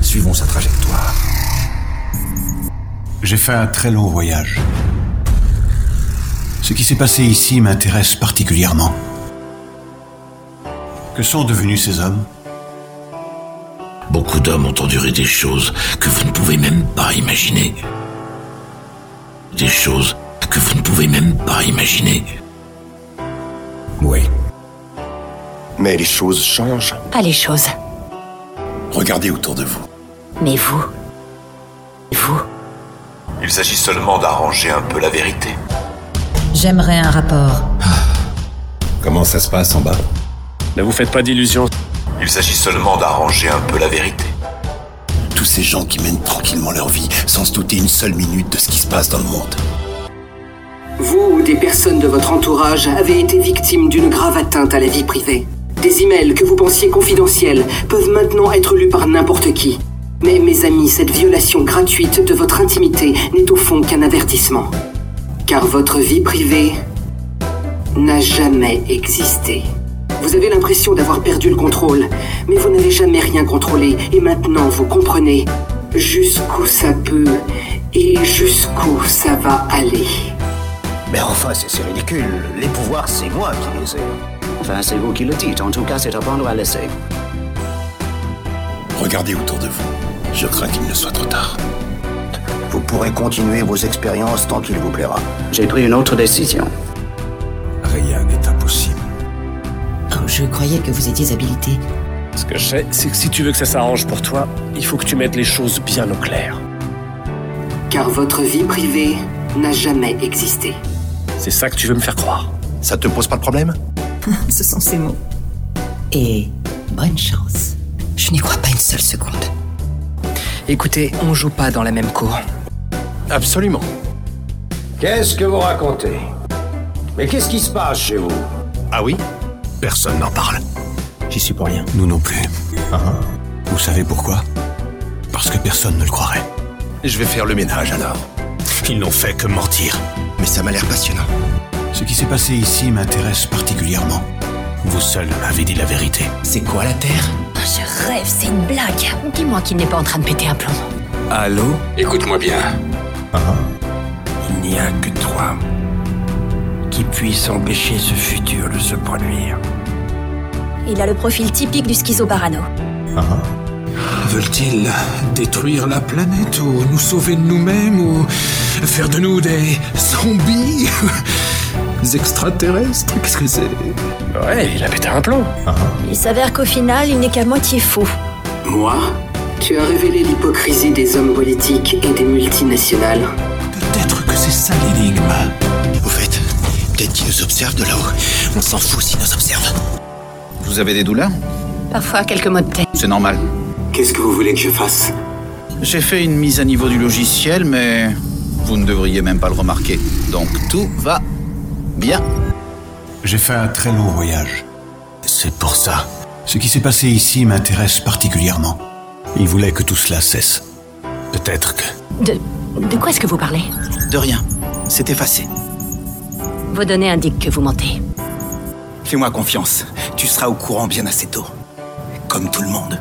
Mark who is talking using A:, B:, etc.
A: Suivons sa trajectoire.
B: J'ai fait un très long voyage. Ce qui s'est passé ici m'intéresse particulièrement. Que sont devenus ces hommes
C: Beaucoup d'hommes ont enduré des choses que vous ne pouvez même pas imaginer. Des choses que vous ne pouvez même pas imaginer.
A: Oui.
D: Mais les choses changent.
E: Pas les choses,
D: Regardez autour de vous.
E: mais vous. Vous.
F: Il s'agit seulement d'arranger un peu la vérité.
G: J'aimerais un rapport.
D: Comment ça se passe en bas
H: Ne vous faites pas d'illusions.
F: Il s'agit seulement d'arranger un peu la vérité.
D: Tous ces gens qui mènent tranquillement leur vie sans se douter une seule minute de ce qui se passe dans le monde.
I: Vous ou des personnes de votre entourage avez été victimes d'une grave atteinte à la vie privée. Des emails que vous pensiez confidentiels peuvent maintenant être lus par n'importe qui. Mais mes amis, cette violation gratuite de votre intimité n'est au fond qu'un avertissement. Car votre vie privée n'a jamais existé. Vous avez l'impression d'avoir perdu le contrôle, mais vous n'avez jamais rien contrôlé, et maintenant vous comprenez jusqu'où ça peut et jusqu'où ça va aller.
J: Mais enfin, c'est c'est ridicule. Les pouvoirs, c'est moi qui les ai. Enfin, c'est vous qui le dites. En tout cas, c'est à prendre ou à laisser.
D: Regardez autour de vous. Je crains qu'il ne soit trop tard.
J: Vous pourrez continuer vos expériences tant qu'il vous plaira. J'ai pris une autre décision.
A: Rien n'est impossible.
G: Oh, je croyais que vous étiez habilité.
H: Ce que je sais, c'est que si tu veux que ça s'arrange pour toi, il faut que tu mettes les choses bien au clair.
I: car votre vie privée n'a jamais existé.
H: C'est ça que tu veux me faire croire.
D: Ça te pose pas de problème
G: Ce sont ces mots. Et bonne chance.
E: Je n'y crois pas une seule seconde.
K: Écoutez, on joue pas dans la même cour.
H: Absolument.
J: Qu'est-ce que vous racontez Mais qu'est-ce qui se passe chez vous
B: Ah oui
A: Personne n'en parle.
K: J'y suis pour rien.
B: Nous non plus.
D: Ah
B: Vous savez pourquoi Parce que personne ne le croirait.
A: Je vais faire le ménage alors. Ils n'ont fait que mentir.
D: Mais ça m'a l'air passionnant.
B: Ce qui s'est passé ici m'intéresse particulièrement.
A: Vous seul m'avez dit la vérité.
K: C'est quoi la Terre
E: Ah, je rêve, c'est une blague. Dis-moi qu'il n'est pas en train de péter un plomb.
K: Allô
F: Écoute-moi bien.
K: Il n'y a que toi qui puisse empêcher ce futur de se produire.
E: Il a le profil typique du schizoparano.
F: Veulent-ils détruire la planète ou nous sauver de nous-mêmes ou faire de nous des zombies Des extraterrestres Qu'est-ce que c'est
H: Ouais, il a pété un plomb.
E: Il s'avère qu'au final, il n'est qu'à moitié fou.
I: Moi Tu as révélé l'hypocrisie des hommes politiques et des multinationales.
F: Peut-être que c'est ça l'énigme.
D: Au fait, peut-être qu'ils nous observent de là-haut. On s'en fout s'ils nous observent.
J: Vous avez des douleurs
E: Parfois, quelques mots de tête.
J: C'est normal.
I: Qu'est-ce que vous voulez que je fasse
J: J'ai fait une mise à niveau du logiciel, mais vous ne devriez même pas le remarquer. Donc tout va bien.
B: J'ai fait un très long voyage.
A: C'est pour ça.
B: Ce qui s'est passé ici m'intéresse particulièrement.
A: Ils voulaient que tout cela cesse. Peut-être que.
E: De, de quoi est-ce que vous parlez
J: De rien. C'est effacé.
E: Vos données indiquent que vous mentez.
J: Fais-moi confiance. Tu seras au courant bien assez tôt. Comme tout le monde.